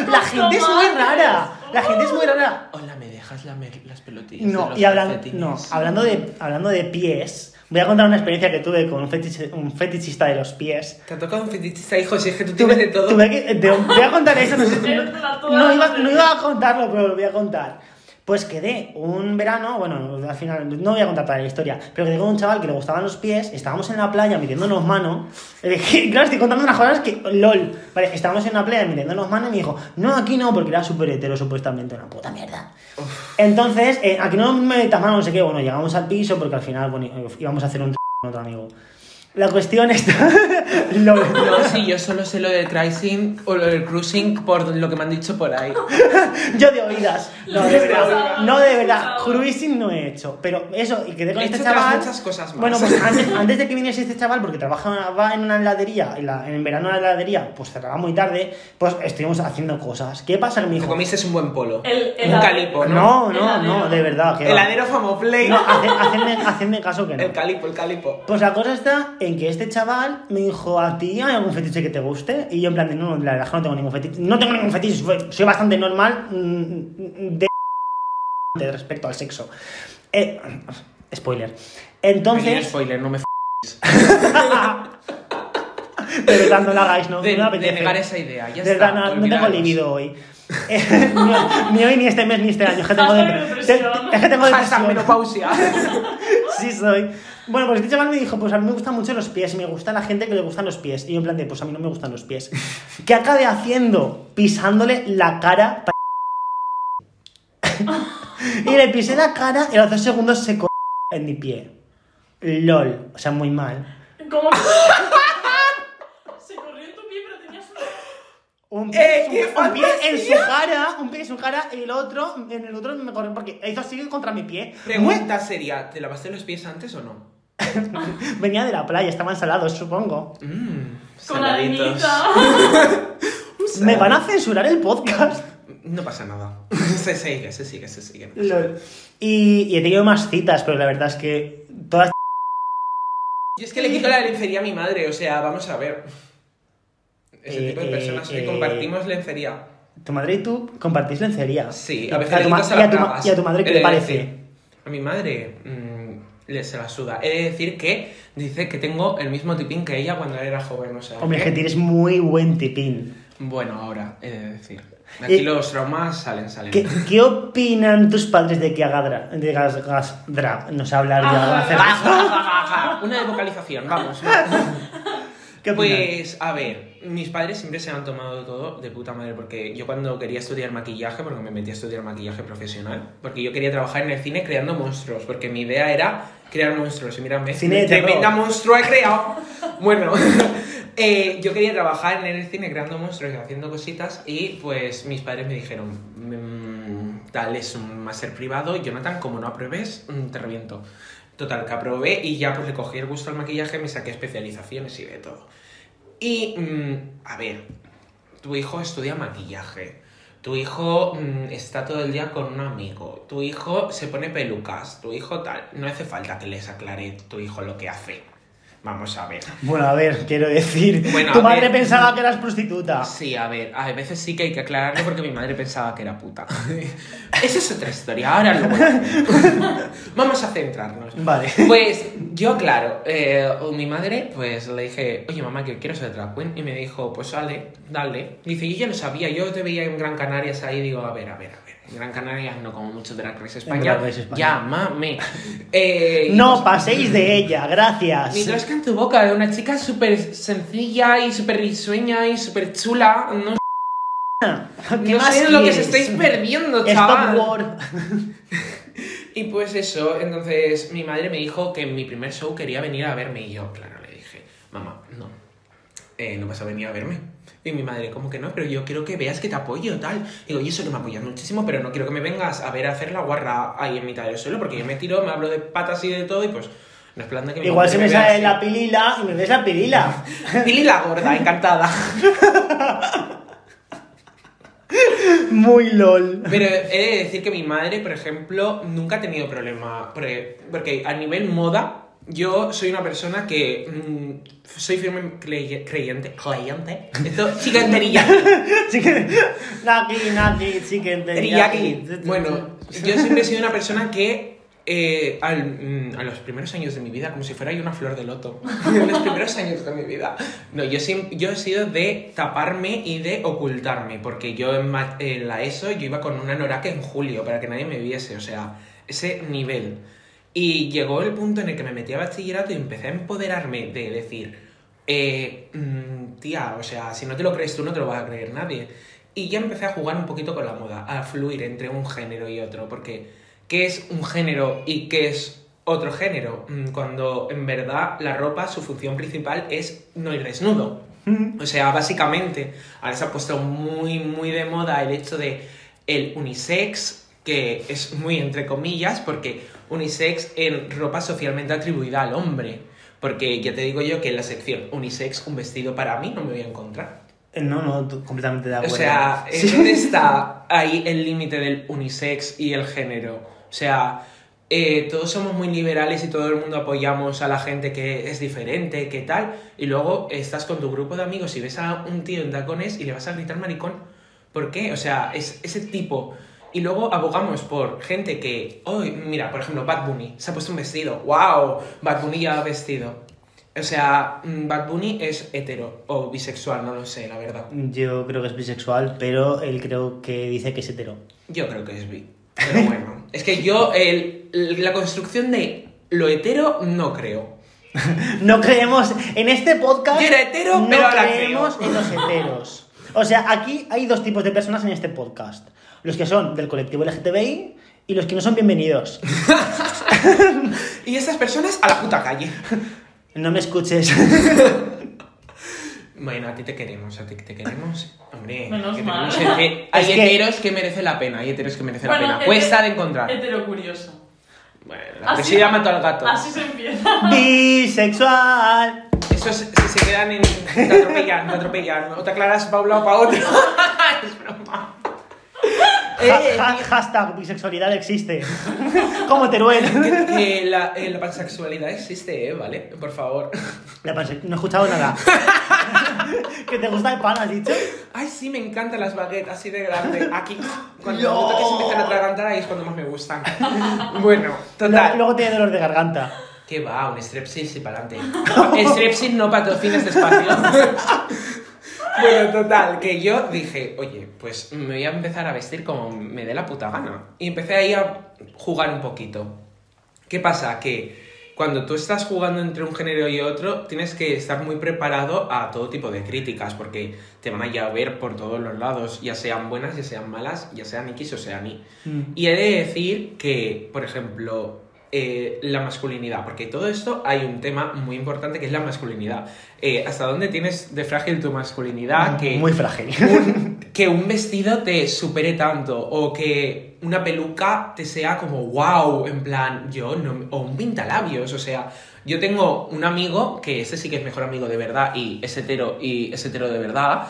S3: La gente es muy rara. La gente es muy rara.
S2: Hola, ¿me dejas lamer las pelotillas? de
S3: No,
S2: los
S3: y hablan,
S2: calcetines?"
S3: no, hablando, de, hablando de pies, voy a contar una experiencia que tuve con un, fetich- un fetichista de los pies.
S2: Te ha tocado un fetichista, hijo, si es que tú
S3: Tuve,
S2: tienes de todo.
S3: tuve que, te- voy a contar eso, no, sé,
S4: Mezcla
S3: no,
S4: toda
S3: no
S4: la
S3: iba,
S4: madre.
S3: no iba a contarlo, pero lo voy a contar. Pues quedé un verano, bueno, al final no voy a contar toda la historia, pero quedé con un chaval que le gustaban los pies, estábamos en la playa metiéndonos mano, eh, claro, estoy contando unas cosas que, lol, vale, estábamos en la playa metiéndonos mano y me dijo, no, aquí no, porque era súper hetero supuestamente, una puta mierda. Entonces, eh, aquí no me metas mano, no sé qué, bueno, llegamos al piso porque al final, bueno, íbamos a hacer un con otro amigo. La cuestión está... lo-
S2: No, sí, yo solo sé lo del cruising o lo del cruising por lo que me han dicho por ahí.
S3: Yo de oídas. No,
S4: Lo
S3: de
S4: he
S3: verdad.
S4: escuchado,
S3: No,
S4: lo he
S3: de verdad.
S4: escuchado.
S3: Cruising no he hecho. Pero eso, y quedé con
S2: He
S3: este
S2: hecho otras
S3: chaval.
S2: muchas cosas más.
S3: Bueno, pues antes, antes de que viniese este chaval, porque trabajaba en una heladería, en, la- en verano en la heladería, pues cerraba muy tarde, pues estuvimos haciendo cosas. ¿Qué pasa? Que me
S2: Te
S3: dijo.
S2: comiste un buen polo.
S4: El- el-
S2: un calipo, ¿no?
S3: No, no, no,
S4: Heladero.
S3: de verdad. que va.
S2: Heladero famoplay.
S3: No, hace- hacedme, hacedme caso que no.
S2: El calipo, el calipo.
S3: Pues la cosa está en que este chaval me dijo, ¿a ti hay algún fetiche que te guste? Y yo en plan, de, no, la verdad es que no tengo ningún fetiche. No tengo ningún fetiche, soy- soy bastante normal mm, de, de respecto al sexo. Eh, spoiler.
S2: Pequeño
S3: Entonces,
S2: spoiler, no me f
S3: pero tanto la hagáis, ¿no?
S2: de,
S3: no me
S2: de
S3: apetece.
S2: negar esa idea. Ya
S3: De
S2: está,
S3: verdad, no, no tengo
S2: olvidaros.
S3: libido hoy. Eh, no, ni hoy, ni este mes, ni este año. Es que tengo
S4: Hashtag
S3: depre-
S4: depresión.
S3: te- Es que tengo
S2: Hashtag
S3: depresión.
S2: menopausia.
S3: Sí soy. Bueno, pues este chaval me dijo, pues a mí me gustan mucho los pies, me gusta la gente que le gustan los pies. Y yo en plan de, pues a mí no me gustan los pies. ¿Qué acabé haciendo? Pisándole la cara pa- Y le pisé la cara y a los dos segundos se co... en mi pie. LOL. O sea, muy mal.
S4: ¿Cómo? Se corrió en tu pie, pero tenías una...
S3: Un pie,
S2: Eh, qué
S3: un- un pie en su cara, un pie en su cara y el otro, en el otro me corrió porque hizo así contra mi pie.
S2: Pregunta sería, ¿te lavaste los pies antes o no?
S3: Venía de la playa, estaban salados, supongo.
S2: Mmm,
S4: Con la arenita.
S3: Me van a censurar el podcast.
S2: No pasa nada. se sigue, se sigue, se sigue.
S3: Lol. Y, y he tenido más citas, pero la verdad es que todas...
S2: Yo es que le quito la lencería a mi madre, o sea, vamos a ver. Ese
S3: Eh,
S2: tipo de
S3: eh,
S2: personas que
S3: eh.
S2: compartimos lencería.
S3: Tu madre y tú compartís lencería.
S2: Sí,
S3: Y
S2: a veces
S3: tu
S2: le
S3: ma-
S2: quitas a
S3: y
S2: las Eh,
S3: a tu ma-
S2: bragas.
S3: ¿Y a tu madre qué
S2: He
S3: le
S2: de
S3: parece?
S2: decir- A mi madre mm, le se la suda. He de decir que dice que tengo el mismo tipín que ella cuando era joven, o sea.
S3: Hombre,
S2: que-
S3: que tienes muy buen tipín.
S2: Bueno, ahora, he de decir. Aquí
S3: Eh,
S2: los traumas salen, salen.
S3: ¿Qué, qué opinan tus padres de que haga drag? De gas, gas- drag. No sé hablar
S4: Ah,
S3: ya.
S4: drag.
S2: Baja, baja, baja. Una vocalización, vamos.
S3: ¿Qué opinan?
S2: Pues, a ver, mis padres siempre se han tomado todo de puta madre, porque yo cuando quería estudiar maquillaje, porque me metí a estudiar maquillaje profesional, porque yo quería trabajar en el cine creando monstruos, porque mi idea era crear monstruos, y mírame,
S3: Cine de terror.
S2: tremenda monstruo he creado. bueno, eh, yo quería trabajar en el cine creando monstruos y haciendo cositas, y pues mis padres me dijeron, "Mm, tal es un máster privado, Jonathan, como no apruebes, mm, te reviento. Total, que aprobé y ya pues le cogí el gusto al maquillaje, me saqué especializaciones y de todo. Y, mm, a ver, tu hijo estudia maquillaje, tu hijo mm, está todo el día con un amigo, tu hijo se pone pelucas, tu hijo tal. No hace falta que les aclare tu hijo lo que hace. Vamos a ver.
S3: Bueno, a ver, quiero decir.
S2: Bueno,
S3: tu
S2: a
S3: madre
S2: ver.
S3: pensaba que eras prostituta.
S2: Sí, a ver, a veces sí que hay que aclararlo porque mi madre pensaba que era puta. Esa es otra historia, ahora luego. Vamos a centrarnos.
S3: Vale.
S2: Pues yo, claro, eh, o mi madre, pues le dije, oye mamá, que quiero ser drag queen. Y me dijo, pues sale, dale. Dice, yo ya lo sabía, yo te veía en Gran Canarias ahí. Digo, a ver, a ver, a ver. En Gran Canarias no, como mucho drag race España.
S3: Drag Race España.
S2: Ya, mame. Eh, y
S3: No
S2: pues,
S3: paséis de ella, gracias.
S2: Mi drag en tu boca de una chica súper sencilla y súper risueña y súper chula. No,
S3: ¿Qué
S2: no
S3: más
S2: sé lo que se
S3: quieres?
S2: estáis perdiendo, chaval.
S3: Stop war.
S2: Y pues eso, entonces mi madre me dijo que en mi primer show quería venir a verme y yo, claro, le dije, mamá, no, eh, no vas a venir a verme. Y mi madre, como que no, pero yo quiero que veas que te apoyo, tal. Digo, y eso que me apoyas muchísimo, pero no quiero que me vengas a ver a hacer la guarra ahí en mitad del suelo, porque yo me tiro, me hablo de patas y de todo, y pues no es plan de que mi
S3: Igual
S2: madre
S3: se me
S2: vea
S3: sale
S2: así.
S3: la pilila y me ves la pilila.
S2: Pili la gorda, encantada.
S3: Muy lol.
S2: Pero he de decir que mi madre, por ejemplo, nunca ha tenido problema. Porque, porque a nivel moda, yo soy una persona que. mm, soy firme crey- creyente. Creyente. Esto, chica enterilla.
S3: Chicken- Naki, naki, chicken teriyaki.
S2: Bueno, yo siempre he sido una persona que. eh, al, mm, a los primeros años de mi vida, como si fuera yo una flor de loto. En los primeros años de mi vida. No, yo, siem- yo he sido de taparme y de ocultarme, porque yo en, ma- en la ESO yo iba con una noraca en julio para que nadie me viese, o sea, ese nivel. Y llegó el punto en el que me metí a bachillerato y empecé a empoderarme de decir, eh, mm, tía, o sea, si no te lo crees tú, no te lo vas a creer nadie. Y ya empecé a jugar un poquito con la moda, a fluir entre un género y otro, porque qué es un género y qué es otro género, mm, cuando en verdad la ropa, su función principal es no ir desnudo.
S3: Mm.
S2: O sea, básicamente, ahora se ha puesto muy, muy de moda el hecho de el unisex, que es muy entre comillas, porque unisex en ropa socialmente atribuida al hombre. Porque ya te digo yo que en la sección unisex, un vestido para mí no me voy a encontrar.
S3: Eh, No, no, tú- completamente de
S2: O
S3: acuerdo.
S2: sea, ¿en
S3: Sí.
S2: ¿dónde está ahí el límite del unisex y el género? O sea, eh, todos somos muy liberales y todo el mundo apoyamos a la gente que es diferente, que tal, y luego estás con tu grupo de amigos y ves a un tío en tacones y le vas a gritar maricón. ¿Por qué? O sea, es ese tipo. Y luego abogamos por gente que, hoy, mira, por ejemplo, Bad Bunny, se ha puesto un vestido. ¡Wow! Bad Bunny ya ha vestido. O sea, mm, Bad Bunny es hetero o bisexual, no lo sé, la verdad.
S3: Yo creo que es bisexual, pero él creo que dice que es hetero.
S2: Yo creo que es bi. Pero bueno. es que yo, el- la construcción de lo hetero, no creo.
S3: No creemos en este podcast.
S2: Yo era hetero,
S3: no
S2: pero ahora
S3: creemos
S2: creo.
S3: en los heteros. O sea, aquí hay dos tipos de personas en este podcast: los que son del colectivo LGTBI y los que no son bienvenidos.
S2: Y estas personas a la puta calle.
S3: No me escuches.
S2: Bueno, a ti te queremos, a ti te queremos. Hombre,
S4: Menos
S2: que
S4: mal.
S2: tenemos hete- hay
S3: Es que-
S2: heteros que merece la pena, hay heteros que merece la pena.
S4: hete-
S2: Cuesta de encontrar.
S4: Hetero curioso.
S2: Bueno, la poesía mató al gato.
S4: Así se empieza.
S3: Bisexual.
S2: Esos si se quedan en. Te atropellan, te atropellan. O te aclaras para un lado o para otro. es broma. Eh,
S3: Ja- ja- hashtag bisexualidad existe. Como Teruel.
S2: que- que la, eh, la pansexualidad existe, ¿eh? ¿Vale? Por favor.
S3: La panse- No he escuchado nada. que te gusta el pan, has dicho.
S2: Ay, sí, me encantan las baguettes así de grande. Aquí, cuando
S3: ¡Lol!
S2: noto que se empiezan a atragantar, ahí es cuando más me gustan. Bueno, total.
S3: Luego- Luego tiene dolor de garganta.
S2: Que va, un strepsils y pa'lante. strepsils no patrocina este espacio. bueno, total, que yo dije, oye, pues me voy a empezar a vestir como me dé la puta gana. Y empecé ahí a jugar un poquito. ¿Qué pasa? Que cuando tú estás jugando entre un género y otro, tienes que estar muy preparado a todo tipo de críticas, porque te van a llover por todos los lados, ya sean buenas, ya sean malas, ya sean X o sean Y. Y he de decir que, por ejemplo, eh, la masculinidad, porque todo esto hay un tema muy importante que es la masculinidad. Eh, ¿Hasta dónde tienes de frágil tu masculinidad? Que,
S3: Mm. Muy frágil.
S2: un, que un vestido te supere tanto o que una peluca te sea como wow, en plan, yo no, o un pintalabios, o sea, yo tengo un amigo que este sí que es mejor amigo de verdad y es hetero y es hetero de verdad.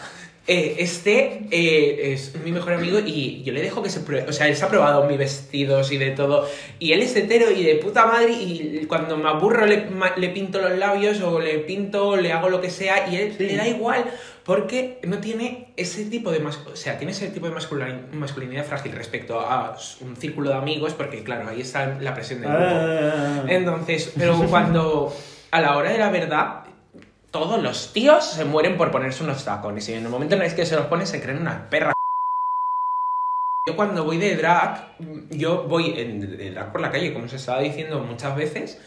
S2: eh, este eh, es mi mejor amigo y yo le dejo que se pruebe, o sea, él se ha probado mis vestidos y de todo, y él es hetero y de puta madre y cuando me aburro le, ma- le pinto los labios o le pinto, o le hago lo que sea y él le da igual porque no tiene ese tipo de mas- o sea, tiene ese tipo de masculin- masculinidad frágil respecto a s- un círculo de amigos porque claro, ahí está la presión del
S3: Ah.
S2: grupo. Eh. Entonces, pero cuando a la hora de la verdad todos los tíos se mueren por ponerse unos tacones y en el momento en el que se los ponen se creen unas perras. Yo cuando voy de drag, yo voy en de drag por la calle, como se estaba diciendo muchas veces,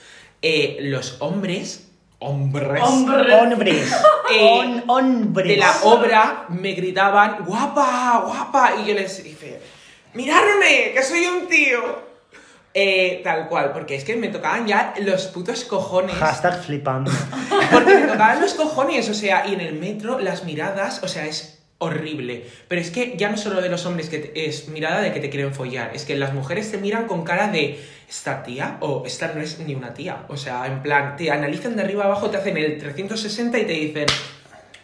S2: eh, los hombres, hombres,
S4: Hombre.
S3: Hombres.
S2: Eh,
S3: On- hombres.
S2: de la obra me gritaban, guapa, guapa, y yo les dije, mirarme, que soy un tío. Eh, tal cual, porque es que me tocaban ya los putos cojones.
S3: Hashtag flipando.
S2: Porque me tocaban los cojones, o sea, y en el metro las miradas, o sea, es horrible. Pero es que ya no solo de los hombres que te- es mirada de que te quieren follar, es que las mujeres te miran con cara de esta tía o esta no es ni una tía. O sea, en plan, te analizan de arriba abajo, te hacen el 360 y te dicen,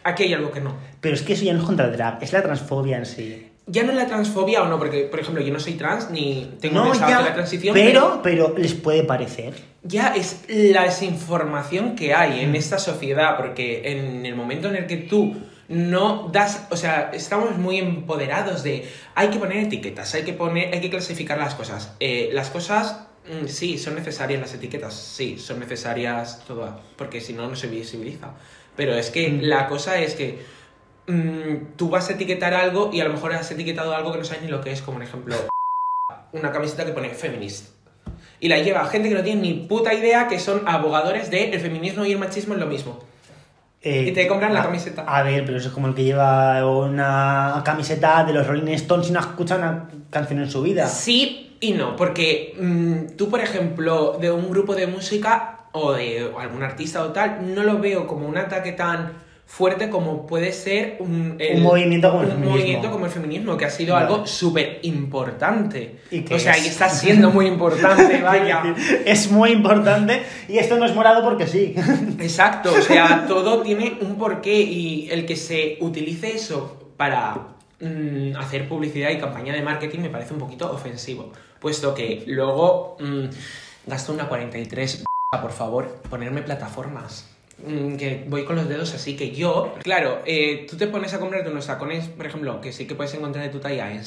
S2: aquí hay algo que no.
S3: Pero es que eso ya no es contra el drag, es la transfobia en sí.
S2: Ya no la transfobia o no, porque, por ejemplo, yo no soy trans ni tengo
S3: no,
S2: pensado
S3: ya,
S2: hacer la transición.
S3: pero, pero les puede parecer.
S2: ya es la desinformación que hay en esta sociedad, porque en el momento en el que tú no das, o sea, estamos muy empoderados de hay que poner etiquetas, hay que poner, hay que clasificar las cosas. Eh, las cosas mm, sí son necesarias, las etiquetas sí son necesarias todas, porque si no no se visibiliza. Pero es que
S3: Mm.
S2: la cosa es que mm, tú vas a etiquetar algo y a lo mejor has etiquetado algo que no sabes ni lo que es, como por ejemplo una camiseta que pone feminist. Y la lleva gente que no tiene ni puta idea que son abogadores de el feminismo y el machismo es lo mismo.
S3: eh,
S2: Y te compran la
S3: a-
S2: camiseta.
S3: A ver, pero eso es como el que lleva una camiseta de los Rolling Stones y no escucha una canción en su vida.
S2: Sí, Y no, porque mm, tú, por ejemplo, de un grupo de música o de algún artista o tal, no lo veo como un ataque tan fuerte como puede ser un,
S3: Un movimiento como el
S2: un
S3: feminismo.
S2: movimiento como el feminismo, que ha sido
S3: Vale.
S2: algo súper importante.
S3: ¿Y qué
S2: O sea,
S3: es?
S2: y está siendo muy importante, vaya.
S3: Es muy importante y esto no es morado porque sí.
S2: Exacto, o sea, todo tiene un porqué y el que se utilice eso para mm, hacer publicidad y campaña de marketing me parece un poquito ofensivo, puesto que luego mm, gasto una 43, por favor, ponerme plataformas. Mm, Que voy con los dedos así que yo, claro, eh, tú te pones a comprarte unos tacones, por ejemplo, que sí que puedes encontrar de tu talla en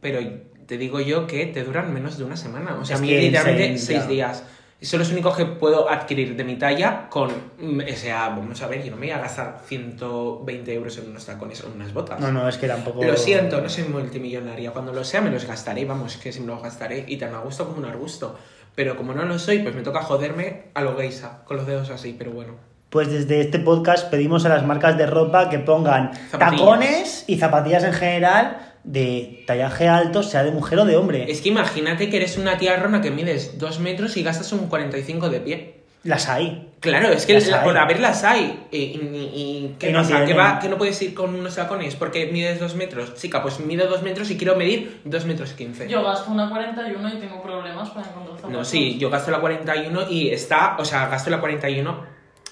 S2: pero te digo yo que te duran menos de una semana. O sea,
S3: Es
S2: a mí
S3: que en
S2: literalmente
S3: seis
S2: seis
S3: ya.
S2: días. Son los únicos que puedo adquirir de mi talla con... mm, O sea, vamos a ver, yo no me voy a gastar 120 euros en unos tacones o en unas botas.
S3: No, no, es que tampoco.
S2: Lo siento, no soy multimillonaria. Cuando lo sea me los gastaré, vamos, que si me los gastaré. Y tan a gusto como un arbusto. Pero como no lo soy, pues me toca joderme a lo geisa, con los dedos así, pero bueno.
S3: Pues desde este podcast pedimos a las marcas de ropa que pongan
S2: Zapatillas.
S3: tacones y zapatillas en general de tallaje alto, sea de mujer o de hombre.
S2: Es que imagínate que eres una tía rona que mides 2 metros y gastas un 45 de pie.
S3: Las hay.
S2: Claro, es que
S3: Las
S2: la-
S3: hay.
S2: por haberlas hay. Y, y- y- ¿qué
S3: Y no
S2: pasa? ¿Que,
S3: tienen.
S2: va- que no puedes ir con unos tacones porque mides dos metros. Chica, pues mido dos metros y quiero medir dos metros quince.
S4: Yo gasto una 41 y tengo problemas para encontrar zapatos.
S2: No, sí, yo gasto la 41 y está, o sea, gasto la 41,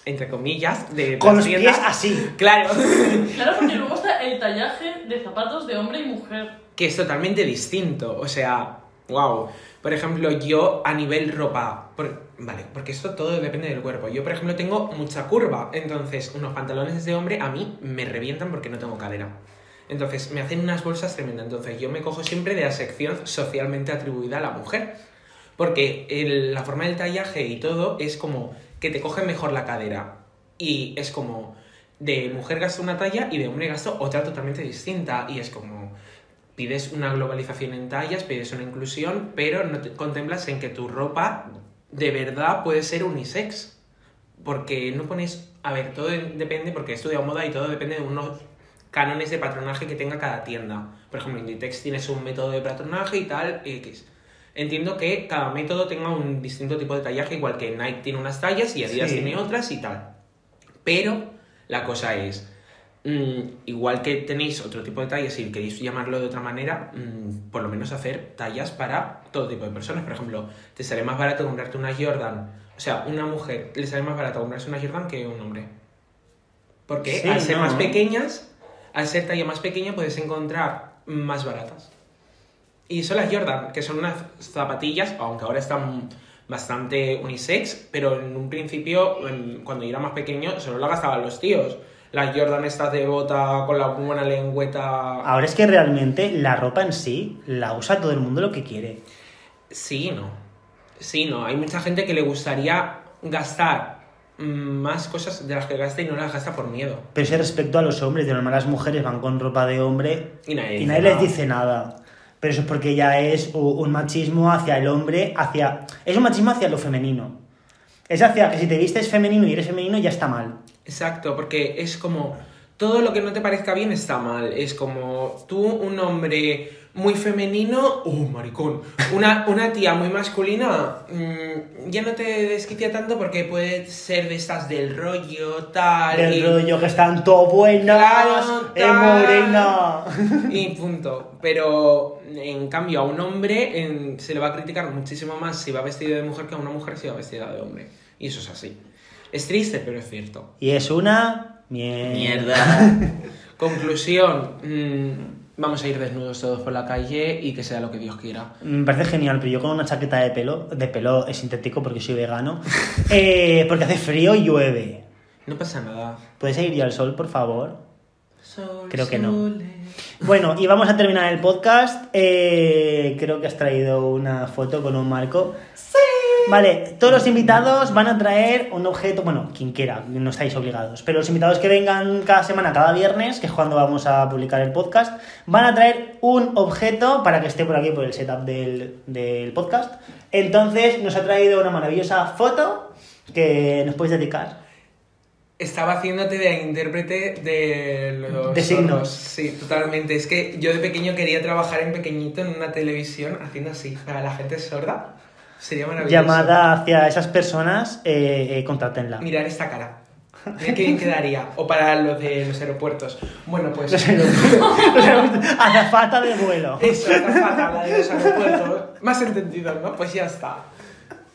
S2: entre comillas, de las
S3: Con los pies
S2: tiendas.
S3: así.
S2: Claro,
S4: Claro, porque luego está el tallaje de zapatos de hombre y mujer.
S2: que es totalmente distinto. O sea, wow. Por ejemplo, yo a nivel ropa, por- vale, porque esto todo depende del cuerpo. Yo, por ejemplo, tengo mucha curva, entonces unos pantalones de hombre a mí me revientan porque no tengo cadera. Entonces me hacen unas bolsas tremendas. Entonces yo me cojo siempre de la sección socialmente atribuida a la mujer. Porque el- la forma del tallaje y todo es como que te cogen mejor la cadera. Y es como de mujer gasto una talla y de hombre gasto otra totalmente distinta. Y es como pides una globalización en tallas, pides una inclusión, pero no te contemplas en que tu ropa de verdad puede ser unisex. Porque no pones. A ver, todo de- depende, porque he estudiado moda y todo depende de unos cánones de patronaje que tenga cada tienda. Por ejemplo, Inditex tienes un método de patronaje y tal, X. Entiendo que cada método tenga un distinto tipo de tallaje, igual que Nike tiene unas tallas y Adidas
S3: Sí.
S2: tiene otras y tal. Pero la cosa es, mm, igual que tenéis otro tipo de tallas, si queréis llamarlo de otra manera, mm, por lo menos hacer tallas para todo tipo de personas. Por ejemplo, te sale más barato comprarte una Jordan. O sea, una mujer le sale más barato comprarse una Jordan que un hombre. Porque
S3: Sí,
S2: al ser
S3: no.
S2: más pequeñas, al ser talla más pequeña, puedes encontrar más baratas. Y son las Jordan, que son unas zapatillas, aunque ahora están bastante unisex, pero en un principio, en- cuando yo era más pequeño, solo las gastaban los tíos. Las Jordan estas de bota con la buena lengüeta.
S3: Ahora es que realmente la ropa en sí la usa todo el mundo lo que quiere.
S2: Sí, no. Sí, no. Hay mucha gente que le gustaría gastar mm, más cosas de las que gasta y no las gasta por miedo.
S3: Pero ese respecto a los hombres, de normal las malas mujeres van con ropa de hombre
S2: Y nadie,
S3: y nadie les
S2: nada.
S3: dice nada. Pero eso es porque ya es u- un machismo hacia el hombre, hacia... Es un machismo hacia lo femenino. Es hacia que si te vistes femenino y eres femenino ya está mal.
S2: Exacto, porque es como todo lo que no te parezca bien está mal. Es como tú, un hombre muy femenino, oh maricón, una, una tía muy masculina, mm, ya no te desquicia tanto porque puede ser de estas del rollo, tal.
S3: El
S2: y-
S3: rollo que están todo buenas,
S2: Claro,
S3: eh,
S2: tal.
S3: morena.
S2: Y punto. Pero en cambio, a un hombre en- se le va a criticar muchísimo más si va vestido de mujer que a una mujer si va vestida de hombre. Y eso es así. Es triste, pero es cierto.
S3: Y es una mierda.
S2: Conclusión. mm, vamos a ir desnudos todos por la calle y que sea lo que Dios quiera.
S3: Me parece genial, pero yo con una chaqueta de pelo, de pelo es sintético porque soy vegano, eh, porque hace frío y llueve.
S2: No pasa nada.
S3: ¿Puedes ir ya al sol, por favor?
S2: Sol,
S3: Creo que no.
S2: sole.
S3: Bueno, y vamos a terminar el podcast. Eh, creo que has traído una foto con un marco. Sí. Vale, todos los invitados van a traer un objeto, bueno, quien quiera, no estáis obligados, pero los invitados que vengan cada semana, cada viernes, que es cuando vamos a publicar el podcast, van a traer un objeto para que esté por aquí, por el setup del, del podcast. Entonces nos ha traído una maravillosa foto que nos podéis dedicar.
S2: Estaba haciéndote de intérprete de los...
S3: De signos.
S2: Sí, totalmente. Es que yo de pequeño quería trabajar en pequeñito en una televisión haciendo así. A la gente sorda. Sería maravilloso.
S3: Llamada hacia esas personas, eh, eh, contáctenla.
S2: Mirar esta cara. Mira qué bien quedaría. O para los de los aeropuertos. Bueno, pues...
S3: Azafata de vuelo.
S2: Eso, está fatal, la de los aeropuertos. Más entendido, ¿no? Pues ya está.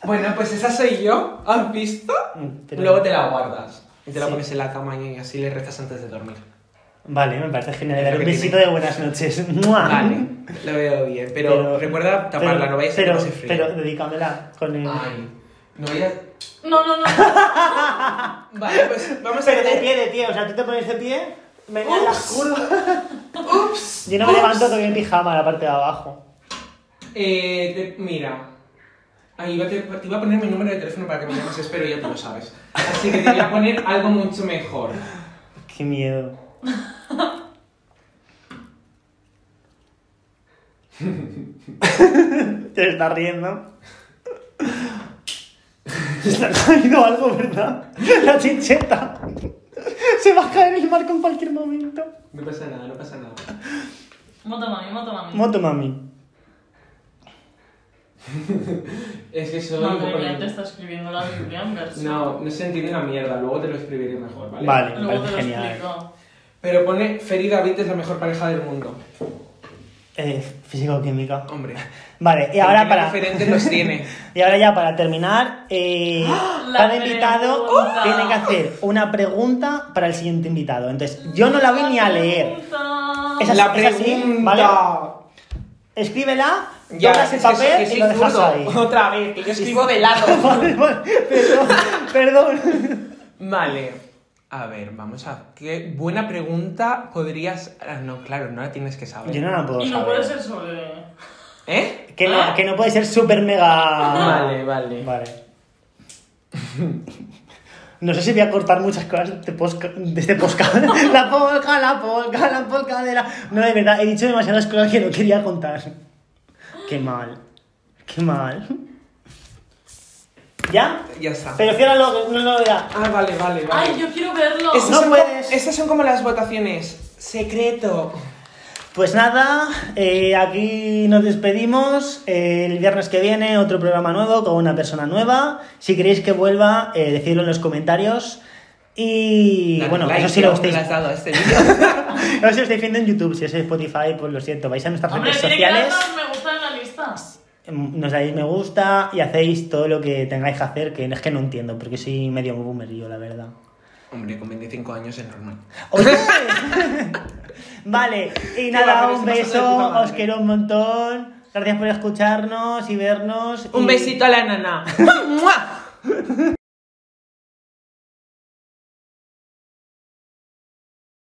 S2: Bueno, pues esa soy yo. ¿Has visto?
S3: Mm, te la-
S2: Luego te la guardas. Y te la
S3: Sí.
S2: pones en la cama y así le rezas antes de dormir.
S3: Vale, me parece genial. Dar
S2: Lo
S3: un
S2: que
S3: besito
S2: tiene.
S3: de buenas noches. ¡Mua!
S2: Vale, lo veo bien. Pero, recuerda taparla, no vayas a que
S3: pero,
S2: pase frío.
S3: pero dedícamela con el...
S2: Ay, no vayas...
S4: No, no, no.
S2: Vale, pues vamos a
S3: Pero de
S2: hacer...
S3: pie, de pie. O sea, tú te pones de pie, me das las
S2: Ups.
S3: curvas.
S2: ¡Ups!
S3: Yo no me levanto, estoy en pijama, la parte de abajo.
S2: Eh, te- mira. Ahí iba a te, te iba a poner mi número de teléfono para que me llames, espero ya tú lo sabes. Así que te voy a poner algo mucho mejor.
S3: Qué miedo. Te está riendo. Se está cayendo algo, ¿verdad? La chincheta. Se va a caer el marco en cualquier momento.
S2: No pasa nada, no pasa nada.
S4: Moto mami, moto mami.
S3: Moto mami.
S2: Es que soy... un
S4: Madre
S2: poco
S4: mía,
S2: lento.
S4: te está escribiendo la Biblia en verso.
S2: No, no se entiende una mierda, luego te lo escribiré mejor, ¿vale?
S3: Vale. me
S4: Luego
S3: parece
S4: te lo
S3: genial.
S4: explico.
S2: Pero pone Fer y David es la mejor pareja del mundo.
S3: Eh, físico-química.
S2: Hombre.
S3: Vale, y ahora
S2: Tiene
S3: para.
S2: referentes los tiene.
S3: Y ahora ya para terminar, eh,
S4: ¡Ah! La
S3: cada invitado
S4: pregunta.
S3: tiene que hacer una pregunta para el siguiente invitado. Entonces, yo no la voy ni a leer.
S4: Pregunta.
S3: Esa-
S2: la
S3: es así,
S2: pregunta.
S3: Escríbela,
S2: Ya,
S3: doblas el
S2: es que soy-
S3: papel
S2: que soy
S3: y lo dejas
S2: zurdo.
S3: ahí.
S2: Otra vez, que yo escribo de lado.
S3: Vale, vale, perdón, perdón.
S2: Vale. A ver, vamos a. Qué buena pregunta podrías. ah, No, claro, no la tienes que saber.
S3: Yo no la puedo
S4: Y no puede
S3: saber.
S4: ser Ah. sobre.
S2: ¿Eh?
S3: Que no, que no puede ser súper mega.
S2: Vale, vale.
S3: Vale. No sé si voy a cortar muchas cosas de, este posca- de este podcast. la polca, la polca, la polca de la... No, de verdad, he dicho demasiadas cosas que no quería contar. Qué mal. Qué mal. ¿Ya?
S2: Ya está.
S3: Pero ciérralo, que no lo vea.
S2: Ah, vale, vale, vale.
S4: Ay, yo quiero verlo.
S2: Estas
S3: No
S2: son
S3: puedes.
S2: como- estas son como las votaciones. Secreto.
S3: Pues nada, eh, aquí nos despedimos. Eh, el viernes que viene otro programa nuevo con una persona nueva. Si queréis que vuelva, eh, decidlo en los comentarios. Y
S2: Dale
S3: bueno,
S2: like,
S3: eso sí lo
S2: que aún no
S3: estáis...
S2: le has dado a este vídeo.
S3: No sé si os estáis viendo en YouTube, si es en Spotify, pues lo siento, vais a nuestras
S4: Hombre,
S3: redes
S4: tiene que
S3: sociales,
S4: darnos me gusta en la lista.
S3: em, nos dais me gusta y hacéis todo lo que tengáis que hacer, que es que no entiendo, porque soy medio boomer yo, la verdad.
S2: Hombre, con 25 años es normal.
S3: ¡Oye! vale, y nada,
S2: va, pero
S3: pues un
S2: se me ha salido de puta
S3: beso,
S2: madre.
S3: os quiero un montón, gracias por escucharnos y vernos.
S2: Un
S3: y-
S2: besito a la nana. ¡Mua!